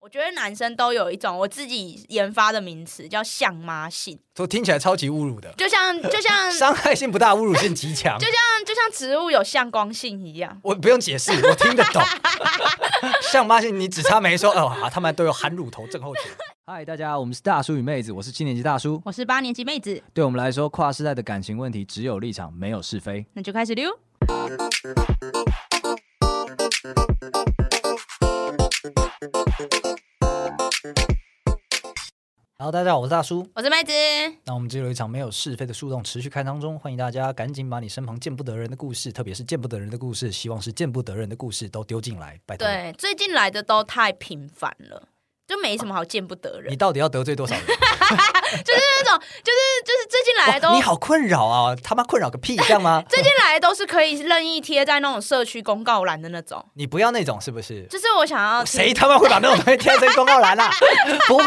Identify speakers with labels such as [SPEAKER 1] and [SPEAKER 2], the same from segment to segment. [SPEAKER 1] 我觉得男生都有一种我自己研发的名词，叫“像妈性
[SPEAKER 2] 都听起来超级侮辱的”，，
[SPEAKER 1] 就像就像
[SPEAKER 2] 伤害性不大，侮辱性极强
[SPEAKER 1] 就。像就像植物有向光性一样。
[SPEAKER 2] 我不用解释，我听得懂。 像妈性，你只差没说哦，啊他们都有含乳头症候群。嗨，大家，我们是大叔与妹子，我是七年级大叔。
[SPEAKER 1] 我是八年级妹子，
[SPEAKER 2] 对我们来说，跨世代的感情问题只有立场，没有是非。
[SPEAKER 1] 那就开始溜。
[SPEAKER 2] Hello，大家好，我是大叔。
[SPEAKER 1] 我是妹子，
[SPEAKER 2] 那我们只有一场没有是非的树洞持续开当中，欢迎大家赶紧把你身旁见不得人的故事，特别是见不得人的故事，希望是见不得人的故事都丢进来，拜托。
[SPEAKER 1] 对，最近来的都太频繁了，就没什么好见不得人
[SPEAKER 2] 你，到底要得罪 多少人？
[SPEAKER 1] 就是那种，就是就是最近来的
[SPEAKER 2] 哇
[SPEAKER 1] 都？
[SPEAKER 2] 你好困扰啊！他妈困扰个屁，这样吗
[SPEAKER 1] 最近来的都是可以任意贴在那种社区公告栏的那种，
[SPEAKER 2] 你不要那种是不是？
[SPEAKER 1] 就是我想要
[SPEAKER 2] 谁他妈会把那种东西贴成公告 栏啊？不会，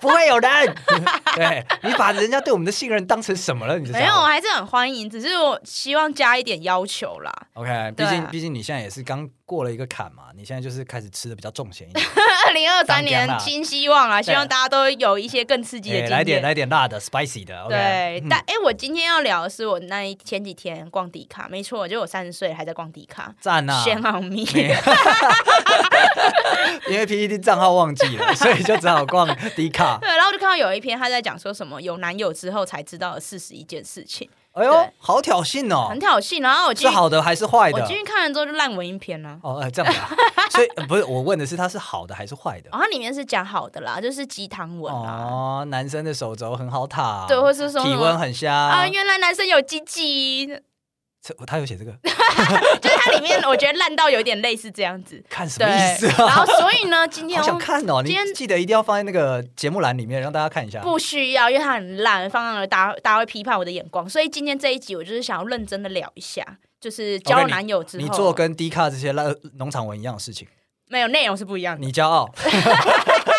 [SPEAKER 2] 不会有人。 对你把人家对我们的信任当成什么了？你知道
[SPEAKER 1] 没有，啊我还是很欢迎，只是我希望加一点要求啦。
[SPEAKER 2] ？OK，
[SPEAKER 1] 对
[SPEAKER 2] 毕
[SPEAKER 1] 啊
[SPEAKER 2] 竟毕竟你现在也是刚过了一个坎嘛，你现在就是开始吃的比较重咸 一点，
[SPEAKER 1] 二零二三
[SPEAKER 2] 当家
[SPEAKER 1] 年
[SPEAKER 2] 啦
[SPEAKER 1] 新希望啦，希望
[SPEAKER 2] 对
[SPEAKER 1] 大家都有一些更刺激的经
[SPEAKER 2] 哎
[SPEAKER 1] 验。
[SPEAKER 2] 来点来点辣的，spicy 的。OK，
[SPEAKER 1] 对
[SPEAKER 2] 嗯，
[SPEAKER 1] 但哎、我今天要聊的是我那一前几天逛迪卡，没错，就我三十岁还在逛迪卡，
[SPEAKER 2] 赞啊呐！
[SPEAKER 1] 先昂咪，
[SPEAKER 2] 没因为 PPT 账号忘记 了，所以就只好逛迪 卡。
[SPEAKER 1] 对，然后我就看到有一篇他在讲说什么有男友之后才知道的四十一件事情，
[SPEAKER 2] 哎呦
[SPEAKER 1] 对，
[SPEAKER 2] 好挑衅哦
[SPEAKER 1] 很！挑衅。然后我进
[SPEAKER 2] 是
[SPEAKER 1] 去
[SPEAKER 2] 好的还是坏
[SPEAKER 1] 我
[SPEAKER 2] 的
[SPEAKER 1] 进？去看了之后就烂文一篇啦、
[SPEAKER 2] 哦，哎，这样子啊。所以呃不是我问的是他是好的还是坏的？
[SPEAKER 1] 然后它里面是讲好的啦，就是鸡汤文啊，
[SPEAKER 2] 哦，男生的手肘很好躺，
[SPEAKER 1] 对，或是说
[SPEAKER 2] 体温很香
[SPEAKER 1] 啊，原来男生有鸡鸡，就
[SPEAKER 2] 这他有写 这个，
[SPEAKER 1] 是它里面我觉得烂到有点类似这样子。
[SPEAKER 2] 看什
[SPEAKER 1] 对
[SPEAKER 2] 么意 思，
[SPEAKER 1] 然
[SPEAKER 2] 啊
[SPEAKER 1] 后？所以呢，今天
[SPEAKER 2] 好想
[SPEAKER 1] 我
[SPEAKER 2] 看哦！你
[SPEAKER 1] 今天
[SPEAKER 2] 记得一定要放在那个节目栏里面，让大家看一下。
[SPEAKER 1] 不需要，因为它很烂，放在那大家大家会批判我的眼光，所以今天这一集我就是想要认真的聊一下，就是交了
[SPEAKER 2] OK，
[SPEAKER 1] 男友之后
[SPEAKER 2] 你做跟低卡这些烂呃农场文一样的 事情，
[SPEAKER 1] 没有内容是不一样的，
[SPEAKER 2] 你骄傲，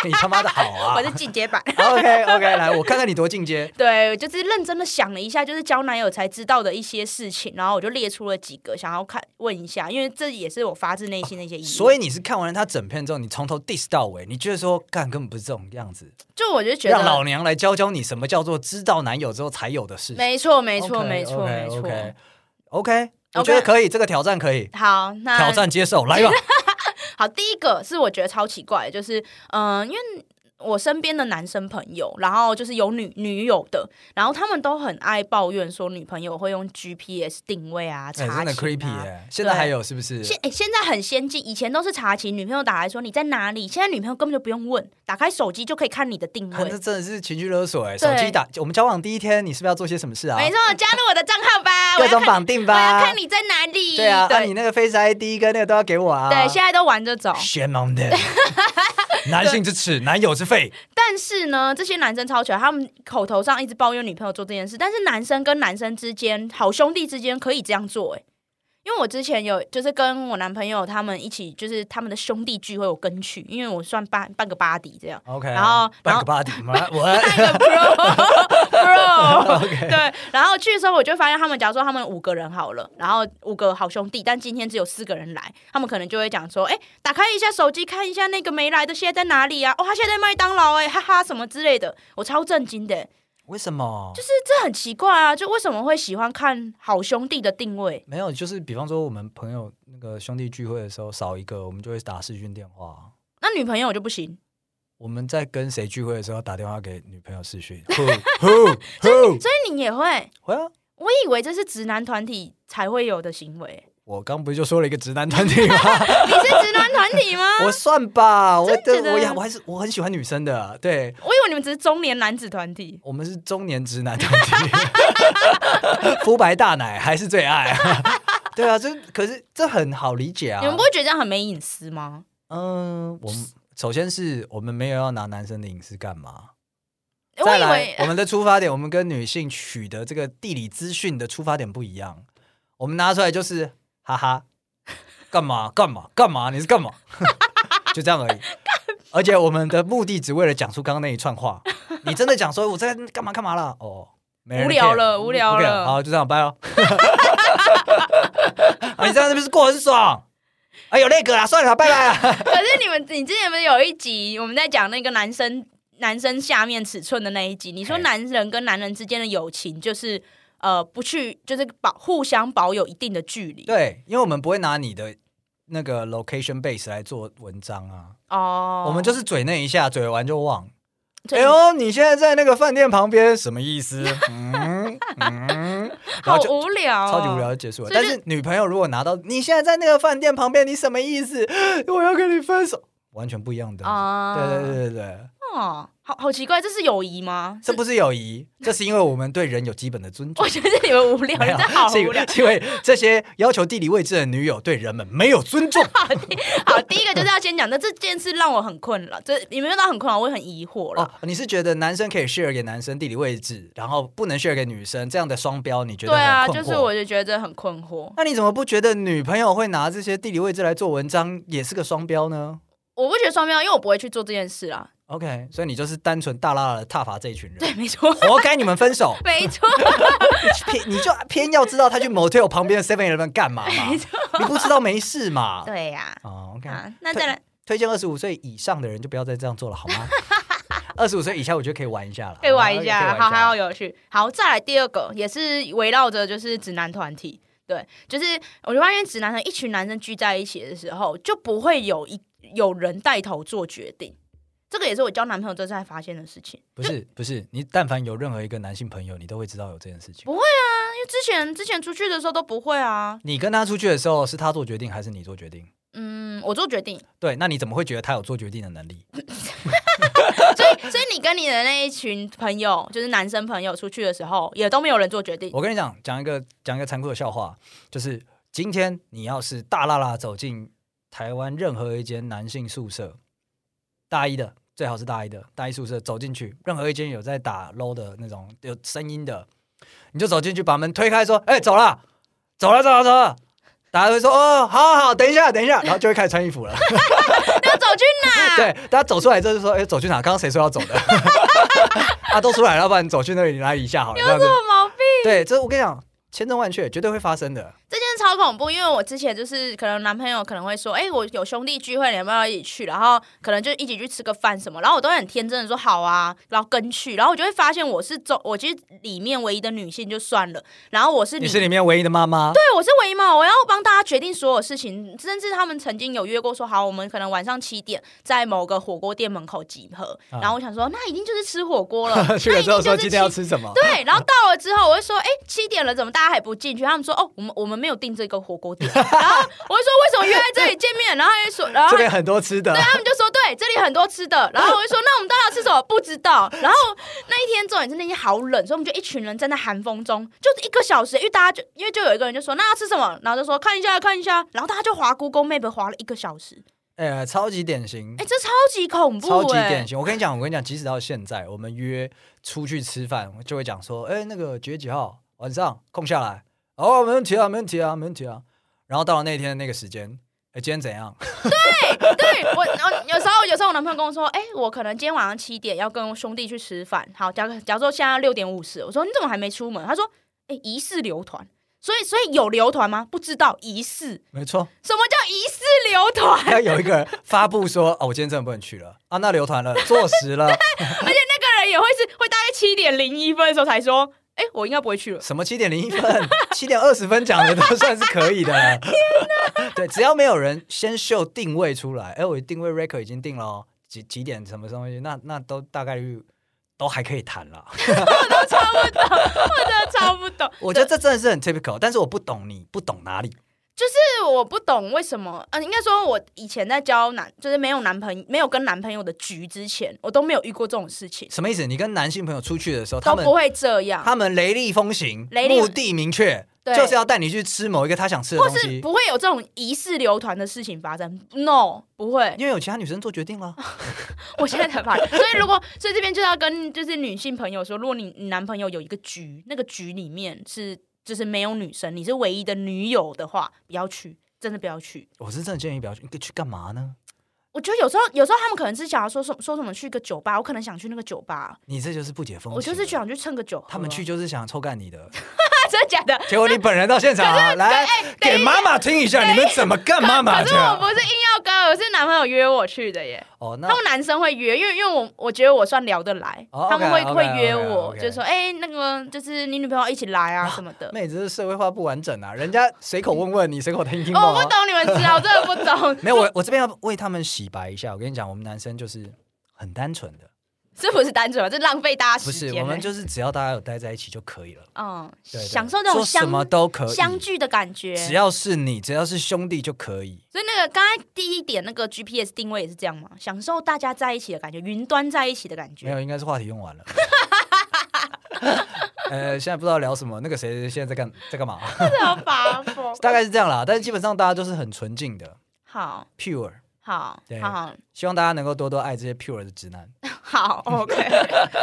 [SPEAKER 2] 你他妈的好啊
[SPEAKER 1] 我是进阶版。
[SPEAKER 2] ！OK OK，来，我看看你多进阶。
[SPEAKER 1] 对，就是认真的想了一下，就是交男友才知道的一些事情，然后我就列出了几个想要看问一下，因为这也是我发自内心的一些疑问。
[SPEAKER 2] 哦所以你是看完了他整片之后，你从头 diss 到尾，你觉得说干根本不是这种样子，
[SPEAKER 1] 就我就觉
[SPEAKER 2] 让老
[SPEAKER 1] 得，
[SPEAKER 2] 娘来教教你什么叫做知道男友之后才有的事情。
[SPEAKER 1] 没错，没错
[SPEAKER 2] OK，
[SPEAKER 1] 没错，没错。
[SPEAKER 2] OK，OK，OK。OK，我觉得
[SPEAKER 1] OK
[SPEAKER 2] 可以，这个挑战可以，
[SPEAKER 1] 好，那
[SPEAKER 2] 挑战接受， 来吧。哎
[SPEAKER 1] 好，第一个是我觉得超奇怪的，就是嗯、呃因为我身边的男生朋友，然后就是有女女友的，然后他们都很爱抱怨说女朋友会用 GPS 定位啊，
[SPEAKER 2] 哎
[SPEAKER 1] 查、
[SPEAKER 2] 真的 creepy 哎、。现在还有是不是？
[SPEAKER 1] 现、哎现在很先进，以前都是查勤，女朋友打来说你在哪里，现在女朋友根本就不用问，打开手机就可以看你的定
[SPEAKER 2] 啊
[SPEAKER 1] 位
[SPEAKER 2] 这。真的是情绪勒索哎、手
[SPEAKER 1] 对
[SPEAKER 2] 机打，我们交往第一天，你是不是要做些什么事啊？
[SPEAKER 1] 没错，加入我的账号吧，我
[SPEAKER 2] 各
[SPEAKER 1] 要
[SPEAKER 2] 种
[SPEAKER 1] 看
[SPEAKER 2] 绑定
[SPEAKER 1] 我要
[SPEAKER 2] 吧
[SPEAKER 1] 看。你在哪里。
[SPEAKER 2] 对啊，那、
[SPEAKER 1] 对
[SPEAKER 2] 你那个 Face ID 跟那个都要给我啊。
[SPEAKER 1] 对，现在都玩这种。
[SPEAKER 2] shame on them 男性之耻，男友之肺。。
[SPEAKER 1] 但是呢，这些男生超起来，他们口头上一直抱怨女朋友做这件事，但是男生跟男生之间，好兄弟之间可以这样做、欸，因为我之前有就是跟我男朋友他们一起，就是他们的兄弟聚会，我跟去，因为我算半半个巴迪这样
[SPEAKER 2] OK，
[SPEAKER 1] 然后
[SPEAKER 2] 半
[SPEAKER 1] 然
[SPEAKER 2] 个
[SPEAKER 1] 后
[SPEAKER 2] body，妈 我
[SPEAKER 1] 半个 bro bro，
[SPEAKER 2] OK，
[SPEAKER 1] 对，然后去的时候我就发现，他们假如说他们五个人好了，然后五个好兄弟，但今天只有四个人来，他们可能就会讲说，哎，打开一下手机看一下那个没来的现在在哪里啊？哦，他现在在麦当劳哎、哈哈什么之类的，我超震惊的，
[SPEAKER 2] 为什么？
[SPEAKER 1] 就是这很奇怪啊，就为什么会喜欢看好兄弟的定位？
[SPEAKER 2] 没有，就是比方说我们朋友那个兄弟聚会的时候少一个，我们就会打视讯电话。
[SPEAKER 1] 那女朋友就不行，
[SPEAKER 2] 我们在跟谁聚会的时候打电话给女朋友视 讯？Who who who？
[SPEAKER 1] 所以你也会，
[SPEAKER 2] 会啊，
[SPEAKER 1] 我以为这是直男团体才会有的行为，
[SPEAKER 2] 我刚不是就说了一个直男团体吗？
[SPEAKER 1] 你是直男团体吗？
[SPEAKER 2] 我算 吧，我
[SPEAKER 1] 真的
[SPEAKER 2] 我也我还是我很喜欢女生的，对
[SPEAKER 1] 我以为你们只是中年男子团体，
[SPEAKER 2] 我们是中年直男团体， 肤白大奶还是最爱。 对啊，这可是这很好理解啊。
[SPEAKER 1] 你们不会觉得这样很没隐私吗？
[SPEAKER 2] 嗯，我们首先是我们没有要拿男生的隐私干嘛。
[SPEAKER 1] 我
[SPEAKER 2] 再
[SPEAKER 1] 以
[SPEAKER 2] 来
[SPEAKER 1] 为，
[SPEAKER 2] 我们的出发点，我们跟女性取得这个地理资讯的出发点不一样。我们拿出来就是哈哈， 干嘛干嘛干嘛？你是干嘛？ 就这样而已。而且我们的目的只为了讲出刚刚那一串话。你真的讲说我在干嘛干嘛啦？哦，没人
[SPEAKER 1] 无聊
[SPEAKER 2] care
[SPEAKER 1] 了无聊
[SPEAKER 2] OK，
[SPEAKER 1] 了
[SPEAKER 2] 好，就这样，拜了。啊，你在那边是过得很爽。哎呦那个啦，算了啦，拜拜啦。
[SPEAKER 1] 可是你们，你之前不是有一集我们在讲那个男生男生下面尺寸的那一集？你说
[SPEAKER 2] 嘿
[SPEAKER 1] 男人跟男人之间的友情就是呃不去，就是保互相保有一定的距离。
[SPEAKER 2] 对，因为我们不会拿你的那个 location base 来做文章啊，
[SPEAKER 1] 哦，
[SPEAKER 2] 我们就是嘴那一下，嘴完就忘。
[SPEAKER 1] 所
[SPEAKER 2] 哎
[SPEAKER 1] 以
[SPEAKER 2] 呦，你现在在那个饭店旁边，什么 意思？嗯嗯，然
[SPEAKER 1] 好
[SPEAKER 2] 后就
[SPEAKER 1] 无聊、哦
[SPEAKER 2] 超级无聊。就结束了。
[SPEAKER 1] 所以
[SPEAKER 2] 但
[SPEAKER 1] 就是
[SPEAKER 2] 女朋友如果拿到你现在在那个饭店旁边，你什么意思？ 我要跟你分手，完全不一样的。
[SPEAKER 1] 啊
[SPEAKER 2] 对对对对对，
[SPEAKER 1] 哦，好好奇怪，这是友谊吗？
[SPEAKER 2] 这不是友谊，这是因为我们对人有基本的尊重
[SPEAKER 1] 我。觉得你们无聊，
[SPEAKER 2] 没
[SPEAKER 1] 你
[SPEAKER 2] 有
[SPEAKER 1] 真的好
[SPEAKER 2] 是因
[SPEAKER 1] 无聊
[SPEAKER 2] 为。是因为这些要求地理位置的女友对人们没有尊重。
[SPEAKER 1] 好，第一个就是要先讲，那这件事让我很困扰，这你没有到很困扰，我也很疑惑了。
[SPEAKER 2] 哦，你是觉得男生可以 share 给男生地理位置，然后不能 share 给女生这样的双标，你觉得
[SPEAKER 1] 对啊，
[SPEAKER 2] 很困惑？
[SPEAKER 1] 就是我就觉得这很困惑。
[SPEAKER 2] 那你怎么不觉得女朋友会拿这些地理位置来做文章，也是个双标呢
[SPEAKER 1] 我不觉得双标，因为我不会去做这件事啊。
[SPEAKER 2] ？OK，所以你就是单纯大拉拉的挞伐这一群 人，
[SPEAKER 1] 对，没错，，
[SPEAKER 2] 活该你们分手
[SPEAKER 1] 没错。
[SPEAKER 2] 偏你就偏要知道他去 motel 旁边的 Seven Eleven 干嘛嘛？你不知道没事嘛？
[SPEAKER 1] 对呀、
[SPEAKER 2] 哦，OK，
[SPEAKER 1] 啊，那再来
[SPEAKER 2] 推荐二十五岁以上的人就不要再这样做了，好吗？ 二十五岁以下，我觉得可以玩一下了，
[SPEAKER 1] 可以玩一
[SPEAKER 2] 啊
[SPEAKER 1] 下，好，还好。有趣。好，再来第二个，也是围绕着就是直男团体。对，就是我就发现直男和一群男生聚在一起的时候，就不会有一有人带头做决定。这个也是我交男朋友之后才发现的事情。
[SPEAKER 2] 不是不是，你但凡有任何一个男性朋友，你都会知道有这件事情。
[SPEAKER 1] 因为之前之前出去的时候都不会啊。
[SPEAKER 2] 你跟他出去的时候，是他做决定还是你做决定？
[SPEAKER 1] 嗯，我做决定。
[SPEAKER 2] 对，那你怎么会觉得他有做决定的能力？
[SPEAKER 1] 所以所以你跟你的那一群朋友，就是男生朋友出去的时候，也都没有人做决定。
[SPEAKER 2] 我跟你讲，讲一个讲一个残酷的笑话，就是今天你要是大辣辣走进台湾任何一间男性宿舍，大一的最好是大一的大一宿舍走进去，任何一间有在打 low 的那种有声音的，你就走进去把门推开说：“哎、走了，走了，走了，走了。”大家会说：“哦，好好好，等一下，等一下。”然后就会开始穿衣服了。
[SPEAKER 1] 要走去哪？
[SPEAKER 2] 对，大家走出来之后就说：“哎、走去哪？刚刚谁说要走的？” 啊，都出来了，要不然你走去那里来一下好了。这样子
[SPEAKER 1] 有毛病。
[SPEAKER 2] 对，这我跟你讲，千真万确，绝对会发生的。
[SPEAKER 1] 这件事超恐怖，因为我之前就是可能男朋友可能会说，哎、我有兄弟聚会，你要不要一起去？然后可能就一起去吃个饭什么，然后我都很天真的说好啊，然后跟去，然后我就会发现我是中，我其实里面唯一的女性就算了，然后我是
[SPEAKER 2] 你
[SPEAKER 1] 里
[SPEAKER 2] 是里面唯一的妈妈，
[SPEAKER 1] 对，我是唯一嘛，我要帮大家决定所有事情，甚至他们曾经有约过说，好，我们可能晚上七点在某个火锅店门口集合，
[SPEAKER 2] 啊，
[SPEAKER 1] 然后我想说，那一定就是吃火锅了
[SPEAKER 2] 去了之后
[SPEAKER 1] 那一定就
[SPEAKER 2] 说
[SPEAKER 1] 是
[SPEAKER 2] 今天要
[SPEAKER 1] 七
[SPEAKER 2] 吃什么？
[SPEAKER 1] 对，然后到了之后，我会说，哎、七点了，怎么大家还不进去？他们说，哦，我们我们没有订这个火锅店。 然后我会说，为什么约在这里见面？然后他就说，然后
[SPEAKER 2] 这
[SPEAKER 1] 他
[SPEAKER 2] 边很多吃的，
[SPEAKER 1] 他们就说，对，这里很多吃的。然后我就说，那我们到底要吃什么？不知道。 然后那一天重点是那天好冷，所以我们就一群人站在寒风中，就是一个小时，因为大家就因为就有一个人就说，那要吃什么？然后就说看一下看一下，然后大家就划 Google Map 划了一个小时，
[SPEAKER 2] 呃，超级典型
[SPEAKER 1] 哎、，这超级恐怖、
[SPEAKER 2] 超级
[SPEAKER 1] 哎
[SPEAKER 2] 典型。我跟你讲，我跟你讲，即使到现在，我们约出去吃饭，就会讲说，哎，那个几月几号晚上空下来，哦，没问题啊，没问题啊，没问题啊。然后到了那天的那个时间，哎，今天怎样？
[SPEAKER 1] 对我，我有时候有时候我男朋友跟我说，哎、我可能今天晚上七点要跟兄弟去吃饭。好，假假如说现在六点五十，我说你怎么还没出门？他说，哎、疑似流团。所以，所以有流团吗？不知道，疑似。
[SPEAKER 2] 没错，
[SPEAKER 1] 什么叫疑似流 团？
[SPEAKER 2] 要有一个人发布说，哦，我今天真的不能去了啊，那留团了，坐实了，
[SPEAKER 1] 而且那个人也会是会大概七点零一分的时候才说，哎、我应该不会去了。
[SPEAKER 2] 什么七点零一分、 七点二十分讲的都算是可以的。 对，只要没有人先秀定位出来，哎，我定位 record 已经定了哦，几几点什么东西，那那都大概率都还可以 谈了。
[SPEAKER 1] 我真的超不懂，
[SPEAKER 2] 我觉得这真的是很 typical，但是我不懂你不懂哪里。
[SPEAKER 1] 就是我不懂为什么，呃，应该说我以前在交男，就是没有男朋没有跟男朋友的局之前，我都没有遇过这种事情，
[SPEAKER 2] 什么意思？你跟男性朋友出去的时候，他
[SPEAKER 1] 都
[SPEAKER 2] 们
[SPEAKER 1] 不会这样。
[SPEAKER 2] 他们雷厉风行，
[SPEAKER 1] 雷厉
[SPEAKER 2] 目的明确，
[SPEAKER 1] 对
[SPEAKER 2] 就是要带你去吃某一个他想吃的
[SPEAKER 1] 或
[SPEAKER 2] 东
[SPEAKER 1] 是
[SPEAKER 2] 西。
[SPEAKER 1] 不会有这种疑似流团的事情发生。No，不会。
[SPEAKER 2] 因为有其他女生做决定了，
[SPEAKER 1] 我现在才发现，所以如果所以这边就要跟就是女性朋友说，如果你你男朋友有一个局，那个局里面是就是没有女生，你是唯一的女友的话，不要去，真的不要去。
[SPEAKER 2] 我是真的建议不要去，你去干嘛呢？
[SPEAKER 1] 我觉得有时候，有时候他们可能是想要说什么说什么去一个酒吧，我可能想去那个酒吧，
[SPEAKER 2] 你这就是不解风情。
[SPEAKER 1] 我就是想去蹭个酒喝啊、
[SPEAKER 2] 他们去就是想抽干你的，
[SPEAKER 1] 真的假的？
[SPEAKER 2] 结果你本人到现场啊，来
[SPEAKER 1] 哎等一下
[SPEAKER 2] 给妈妈听一下，你们怎么干妈妈
[SPEAKER 1] 可
[SPEAKER 2] 的
[SPEAKER 1] 是我
[SPEAKER 2] 啊
[SPEAKER 1] 不？是硬要跟，我是男朋友约我去的耶。
[SPEAKER 2] 哦，那
[SPEAKER 1] 他们男生会约，因为因为我我觉得我算聊得来，
[SPEAKER 2] 哦
[SPEAKER 1] 他们会
[SPEAKER 2] OK，OK，OK，
[SPEAKER 1] 会约我
[SPEAKER 2] OK
[SPEAKER 1] 就说哎、那个就是你女朋友一起来啊什么的。
[SPEAKER 2] 妹子是社会化不完整啊，人家随口问问你，随口听听嘛。，
[SPEAKER 1] 哦，我不懂你们知道，我真的不懂
[SPEAKER 2] 没有，我我这边要为他们洗白一下。我跟你讲，我们男生就是很单纯的，
[SPEAKER 1] 这不是单纯，这浪费大家
[SPEAKER 2] 不
[SPEAKER 1] 时
[SPEAKER 2] 是
[SPEAKER 1] 间欸。
[SPEAKER 2] 我们就是只要大家有待在一起就可以了，
[SPEAKER 1] 嗯，
[SPEAKER 2] 对对
[SPEAKER 1] 享受那种
[SPEAKER 2] 做什
[SPEAKER 1] 相
[SPEAKER 2] 么都可以，
[SPEAKER 1] 相聚的感觉。
[SPEAKER 2] 只要是你，只要是兄弟就可以。
[SPEAKER 1] 所以那个刚才第一点那个 GPS 定位也是这样嘛，享受大家在一起的感觉，云端在一起的感
[SPEAKER 2] 没
[SPEAKER 1] 觉。
[SPEAKER 2] 有，应该是话题用完了。 呃，现在不知道聊什么，那个谁现在在干在干嘛？
[SPEAKER 1] 这么发疯。
[SPEAKER 2] 大概是这样啦，但是基本上大家都是很纯净的
[SPEAKER 1] 好
[SPEAKER 2] pure，
[SPEAKER 1] 好
[SPEAKER 2] 对
[SPEAKER 1] 好好
[SPEAKER 2] 希望大家能够多多爱这些 pure 的直男。
[SPEAKER 1] 好，OK，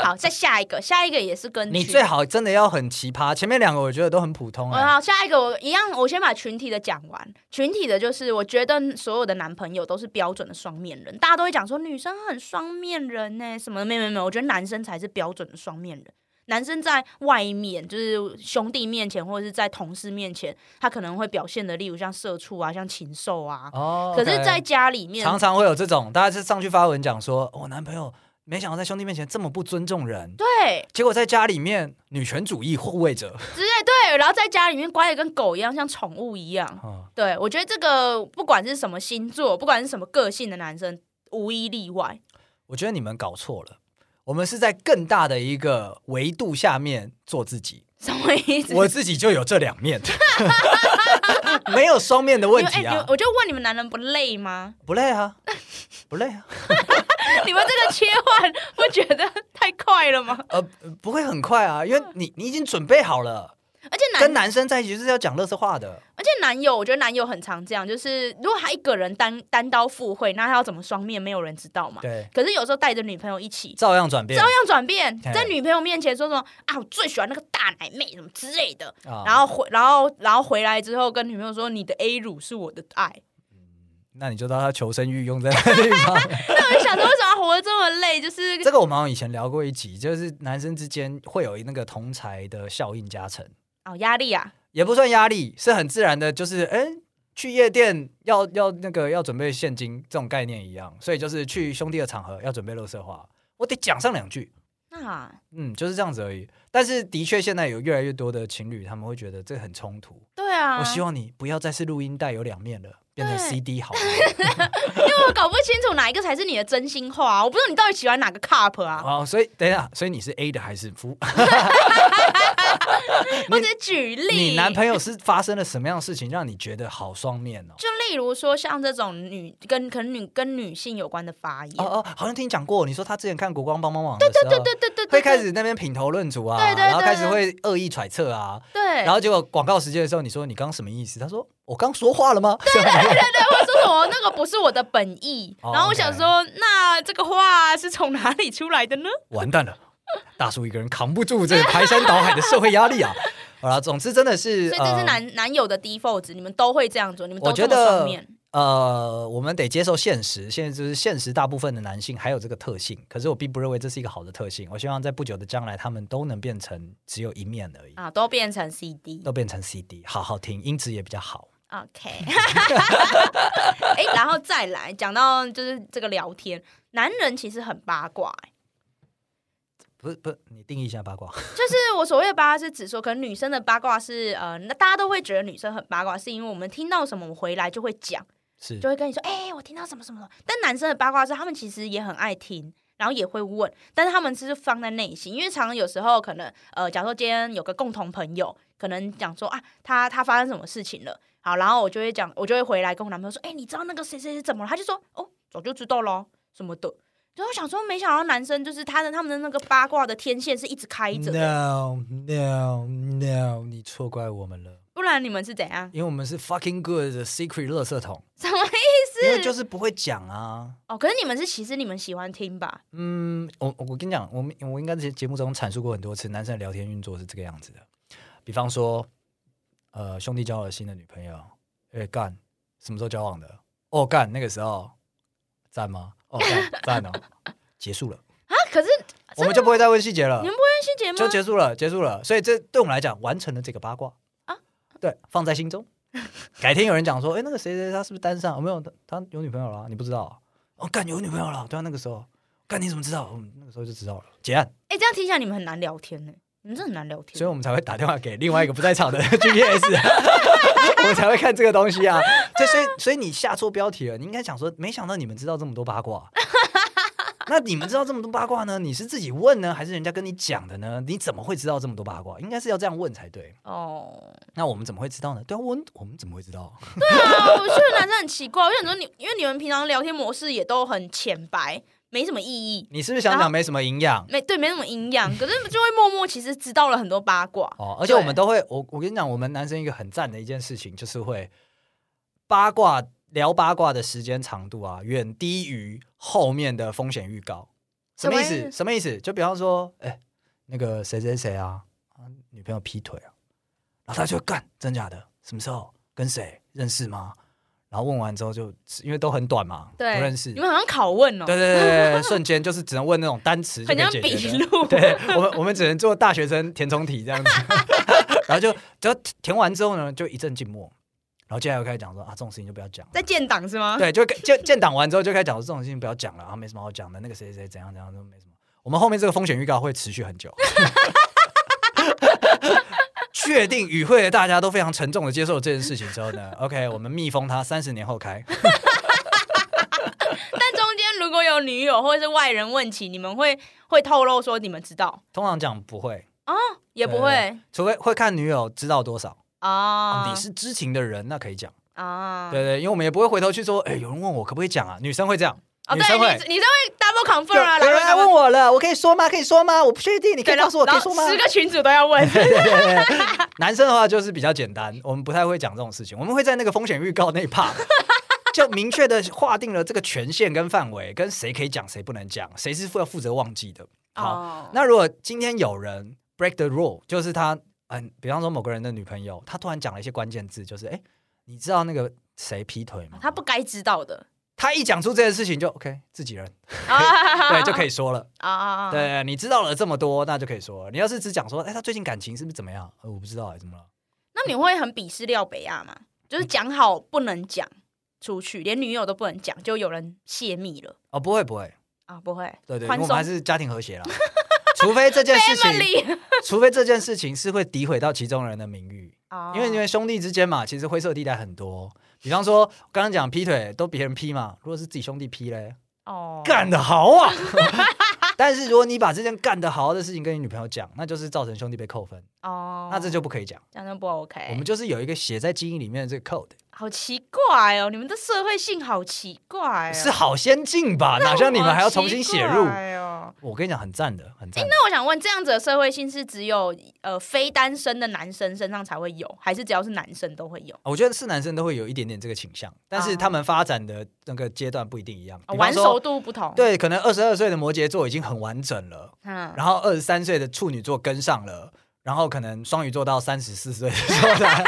[SPEAKER 1] 好，再下一个，下一个也嗯是跟
[SPEAKER 2] 你
[SPEAKER 1] 群
[SPEAKER 2] 最好真的要很奇葩，前面两个我觉得都很普通、
[SPEAKER 1] 我
[SPEAKER 2] 哎，
[SPEAKER 1] 哦好，下一个我一样，我先把群体的讲完。群体的就是，我觉得所有的男朋友都是标准的双面人，大家都会讲说女生很双面人呢、什么的没有没有没有，我觉得男生才是标准的双面人。男生在外面，就是兄弟面前或者是在同事面前，他可能会表现的，例如像社畜啊，像禽兽啊。
[SPEAKER 2] 哦，
[SPEAKER 1] 可是，在家里面，
[SPEAKER 2] 常常会有这种，大家是上去发文讲说，我、男朋友没想到在兄弟面前这么不尊重人，
[SPEAKER 1] 对，
[SPEAKER 2] 结果在家里面女权主义护卫者。
[SPEAKER 1] 之类对，然后在家里面乖的跟狗一样，像宠物一样。
[SPEAKER 2] 哦
[SPEAKER 1] 对，我觉得这个不管是什么星座，不管是什么个性的男生，无一例外。
[SPEAKER 2] 我觉得你们搞错了，我们是在更大的一个维度下面做自己。
[SPEAKER 1] 什么意思？
[SPEAKER 2] 我自己就有这两 面，没有双面的问
[SPEAKER 1] 你
[SPEAKER 2] 题
[SPEAKER 1] 们哎你们
[SPEAKER 2] 啊，
[SPEAKER 1] 我就问你们男人不累吗？
[SPEAKER 2] 不累啊，不累啊，
[SPEAKER 1] 你们这个切换，不觉得太快了吗？
[SPEAKER 2] 呃，不会很快啊，因为你你已经准备好了，
[SPEAKER 1] 而且男
[SPEAKER 2] 跟，男生在一起就是要讲乐色话的，
[SPEAKER 1] 而且男友，我觉得男友很常这样，就是如果他一个人单单刀赴会，那他要怎么双面，没有人知道嘛。
[SPEAKER 2] 对，
[SPEAKER 1] 可是有时候带着女朋友一起，
[SPEAKER 2] 照样转变
[SPEAKER 1] 照样转变，
[SPEAKER 2] 对啊
[SPEAKER 1] 在女朋友面前说什么啊，我最喜欢那个大奶妹什么之类的，
[SPEAKER 2] 啊
[SPEAKER 1] 然后回，然后然后回来之后跟女朋友说，你的 A 乳是我的爱。
[SPEAKER 2] 那你就当他求生欲用在那地方。
[SPEAKER 1] 那我就想说，为什么要活得这么累？就是
[SPEAKER 2] 这个我们好像以前聊过一集，就是男生之间会有那个同才的效应加成，
[SPEAKER 1] 哦，压力啊，
[SPEAKER 2] 也不算压力，是很自然的，就是哎。去夜店要要那个要准备现金，这种概念一样，所以就是去兄弟的场合要准备乐色话，我得讲上两句，
[SPEAKER 1] 啊，
[SPEAKER 2] 嗯，就是这样子而已。但是的确，现在有越来越多的情侣，他们会觉得这很冲突。
[SPEAKER 1] 对啊，
[SPEAKER 2] 我希望你不要再是录音带有两面了，变成
[SPEAKER 1] 对
[SPEAKER 2] CD 好了。
[SPEAKER 1] 因为我搞不清楚哪一个才是你的真心话、啊，我不知道你到底喜欢哪个 cup 啊。
[SPEAKER 2] 哦，所以等一下，所以你是 A 的还是夫？
[SPEAKER 1] 我只是举例，
[SPEAKER 2] 你男朋友是发生了什么样的事情让你觉得好双面哦？
[SPEAKER 1] 就例如说像这种女跟可能女跟女性有关的发言，
[SPEAKER 2] 哦哦，好像听你讲过，你说他之前看《国光帮帮忙》的时候，
[SPEAKER 1] 对对对对对，
[SPEAKER 2] 会开始那边品头论足啊，
[SPEAKER 1] 对对对
[SPEAKER 2] 然后开始会恶意揣测啊，
[SPEAKER 1] 对，
[SPEAKER 2] 然后结果广告时间的时候，你说你刚什么意思？他说我刚说话了吗？ 对对对
[SPEAKER 1] 对我说什么那个不是我的本意，
[SPEAKER 2] 哦
[SPEAKER 1] 然后我想说，那这个话是从哪里出来的呢？
[SPEAKER 2] 完蛋了，大叔一个人扛不住这个排山倒海的社会压力啊！好了，总之真的是，
[SPEAKER 1] 所以这是
[SPEAKER 2] 呃
[SPEAKER 1] 男、男友的 default，值你们都会这样做，你们都
[SPEAKER 2] 我觉
[SPEAKER 1] 这么
[SPEAKER 2] 得
[SPEAKER 1] 双面。
[SPEAKER 2] 呃，我们得接受现实，现在就是现实，大部分的男性还有这个特性，可是我并不认为这是一个好的特性。我希望在不久的将来，他们都能变成只有一面而已，
[SPEAKER 1] 啊，都变成 CD。
[SPEAKER 2] 都变成 CD，好好听，音质也比较好。
[SPEAKER 1] OK，哎、然后再来讲到就是这个聊天，男人其实很八卦、欸
[SPEAKER 2] 不是不是，你定义一下八卦。
[SPEAKER 1] 就是我所谓的八卦是指说，可能女生的八卦是呃，那大家都会觉得女生很八卦，是因为我们听到什么，我们回来就会讲，
[SPEAKER 2] 是
[SPEAKER 1] 就会跟你说，哎、我听到什么什么什么。但男生的八卦是他们其实也很爱听。然后也会问，但是他们是放在内心，因为常常有时候可能，呃，假如说今天有个共同朋友，可能讲说啊，他他发生什么事情了，好，然后我就会讲，我就会回来跟我男朋友说，哎、你知道那个谁谁谁怎么了？他就说，哦，早就知道咯，什么的。然后我想说，没想到男生就是他的他们的那个八卦的天线是一直开着
[SPEAKER 2] 嗯
[SPEAKER 1] 的，
[SPEAKER 2] No no no，你错怪我们了，
[SPEAKER 1] 不然你们是怎样？
[SPEAKER 2] 因为我们是 fucking good 的 secret 垃圾桶，
[SPEAKER 1] 什么意
[SPEAKER 2] 因为
[SPEAKER 1] 思？
[SPEAKER 2] 就是不会讲啊。
[SPEAKER 1] 哦，可是你们是其实你们喜欢听吧？啊
[SPEAKER 2] 嗯，我我跟你讲，我们我应该在节目中阐述过很多次，男生的聊天运作是这个样子的。比方说，呃，兄弟交了新的女朋友，哎、干，什么时候交往的？哦 干，那个时候，赞吗？哦干赞哦，结束了。
[SPEAKER 1] 啊，可是
[SPEAKER 2] 我们就不会再问细节了
[SPEAKER 1] 你们，不会细节吗？
[SPEAKER 2] 就结束了，结束了。所以这对我们来讲，完成了这个八卦
[SPEAKER 1] 啊，
[SPEAKER 2] 对，放 在心中。改天有人讲说，哎，那个谁谁他是不是单上？哦没有，他他有女朋友了啊，你不知道啊？哦，干有女朋友了，对啊，那个时候，干你怎么知道？嗯，那个时候就知道了，结案。
[SPEAKER 1] 哎、这样听起来你们很难聊天呢、你们真的很难聊天。
[SPEAKER 2] 所以我们才会打电话给另外一个不在场的 GPS，我们才会看这个东西啊。这所以所以你下错标题了，你应该讲说，没想到你们知道这么多八卦。那你们知道这么多八卦呢？你是自己问呢，还是人家跟你讲的呢？你怎么会知道这么多八卦？应该是要这样问才对。
[SPEAKER 1] 哦，
[SPEAKER 2] 那我们怎么会知道呢？对啊，我我们怎么会知道？
[SPEAKER 1] 对啊，我觉得男生很奇怪。我想说你，因为你们平常聊天模式也都很浅白，没什么意义，
[SPEAKER 2] 你是不是想
[SPEAKER 1] 然后
[SPEAKER 2] 讲没什么营养？
[SPEAKER 1] 没对，没什么营养，可是就会默默其实知道了很多八卦。
[SPEAKER 2] 哦，而且我
[SPEAKER 1] 对
[SPEAKER 2] 们都会，我我跟你讲，我们男生一个很赞的一件事情，就是会八卦聊八卦的时间长度啊，远低于后面的风险预告。什么意
[SPEAKER 1] 什么
[SPEAKER 2] 思？
[SPEAKER 1] 意
[SPEAKER 2] 什么意思？就比方说，哎、那个谁谁谁啊，啊女朋友劈腿啊，然后他就会干，真假的？什么时候？跟谁认识吗？然后问完之后就，因为都很短嘛，
[SPEAKER 1] 对，
[SPEAKER 2] 不认识
[SPEAKER 1] 你。们好像拷问哦、
[SPEAKER 2] 对对对对，瞬间就是只能问那种单词就
[SPEAKER 1] 很
[SPEAKER 2] 可以
[SPEAKER 1] 像
[SPEAKER 2] 解决的，
[SPEAKER 1] 笔录。
[SPEAKER 2] 对我们，我们只能做大学生填充题这样子， 然后就只要填完之后呢，就一阵静默，然后接下来又开始讲说啊，这种事情就不要讲了。
[SPEAKER 1] 在建档是吗？
[SPEAKER 2] 对，就建建档完之后就开始讲说这种事情不要讲了，啊，没什么好讲的，那个谁谁谁怎样怎样都没什么。我们后面这个风险预告会持续很久， 确定与会的大家都非常沉重的接受了这件事情之后呢，OK，我们密封它三十年后开。
[SPEAKER 1] 但中间如果有女友或者是外人问起，你们会会透露说你们知道，
[SPEAKER 2] 通常讲不会，
[SPEAKER 1] 也不会
[SPEAKER 2] 除非会看女友知道多少，
[SPEAKER 1] 啊
[SPEAKER 2] 你是知情的人，那可以讲。
[SPEAKER 1] 啊
[SPEAKER 2] 对对，因为我们也不会回头去说，哎，有人问我可不可以讲啊？女生会这样，
[SPEAKER 1] 哦，
[SPEAKER 2] 女生会
[SPEAKER 1] 对，你你都会 double confirm 啊，
[SPEAKER 2] 有有人
[SPEAKER 1] 来
[SPEAKER 2] 来问我了，我可以说吗？可以说吗？我不确定，你可
[SPEAKER 1] 对，
[SPEAKER 2] 以告诉我可
[SPEAKER 1] 然
[SPEAKER 2] 以
[SPEAKER 1] 后
[SPEAKER 2] 说吗？
[SPEAKER 1] 十个群主都要 问，
[SPEAKER 2] 对对对对对 男生的话就是比较简单，我们不太会讲这种事情，我们会在那个风险预告那一 part 就明确的划定了这个权限跟范围，跟谁可以讲，谁不能讲，谁是负要负责忘记的。好，
[SPEAKER 1] 哦，
[SPEAKER 2] 那如果今天有人 break the rule，就是他，嗯，比方说某个人的女朋友，她突然讲了一些关键字，就是，哎，你知道那个谁劈腿吗？
[SPEAKER 1] 他不该知道的
[SPEAKER 2] 他一讲出这件事情就 OK，自己人，
[SPEAKER 1] 啊
[SPEAKER 2] 对，就可以说了。
[SPEAKER 1] 啊啊，啊，
[SPEAKER 2] 对，你知道了这么多，那就可以说了。你要是只讲说，哎，他最近感情是不是怎么样？呃我不知道，哎，怎么了？
[SPEAKER 1] 那你会很鄙视廖北亚吗？就是讲好不能讲出去，连女友都不能讲，就有人泄密了
[SPEAKER 2] 哦，不会不会，
[SPEAKER 1] 啊，不会，
[SPEAKER 2] 对对，因为
[SPEAKER 1] 宽
[SPEAKER 2] 我
[SPEAKER 1] 松
[SPEAKER 2] 们还是家庭和谐啦。 除非这件事情，
[SPEAKER 1] ，Emily，
[SPEAKER 2] 除非这件事情是会诋毁到其中人的名誉，因为因
[SPEAKER 1] 们
[SPEAKER 2] 为兄弟之间嘛，其实灰色地带很多。比方说，刚刚讲劈腿都别人劈嘛，如果是自己兄弟劈嘞，
[SPEAKER 1] 哦
[SPEAKER 2] 干得好啊！ 但是如果你把这件干得好的事情跟你女朋友讲，那就是造成兄弟被扣分，
[SPEAKER 1] 哦，
[SPEAKER 2] 那这就不可以讲。
[SPEAKER 1] 讲的不 OK，
[SPEAKER 2] 我们就是有一个写在基因里面的这个 code。
[SPEAKER 1] 好奇怪哦，你们的社会性好奇怪、哦，
[SPEAKER 2] 是啊好先进吧？哪像你们还要重新写入
[SPEAKER 1] 好奇？怪哦
[SPEAKER 2] 我跟你讲，很赞的，很
[SPEAKER 1] 哎、
[SPEAKER 2] 赞的。
[SPEAKER 1] 那我想问，这样子的社会性是只有呃非单身的男生身上才会有，还是只要是男生都会有？
[SPEAKER 2] 我觉得是男生都会有一点点这个倾向，但是他们发展的那个阶段不一定一样。
[SPEAKER 1] 啊
[SPEAKER 2] 比
[SPEAKER 1] 完
[SPEAKER 2] 方
[SPEAKER 1] 熟
[SPEAKER 2] 说，
[SPEAKER 1] 度不同，，
[SPEAKER 2] 对，可能二十二岁的摩羯座已经很完整了，
[SPEAKER 1] 嗯，
[SPEAKER 2] 然后二十三岁的处女座跟上了，然后可能双鱼座到三十四岁的时 候才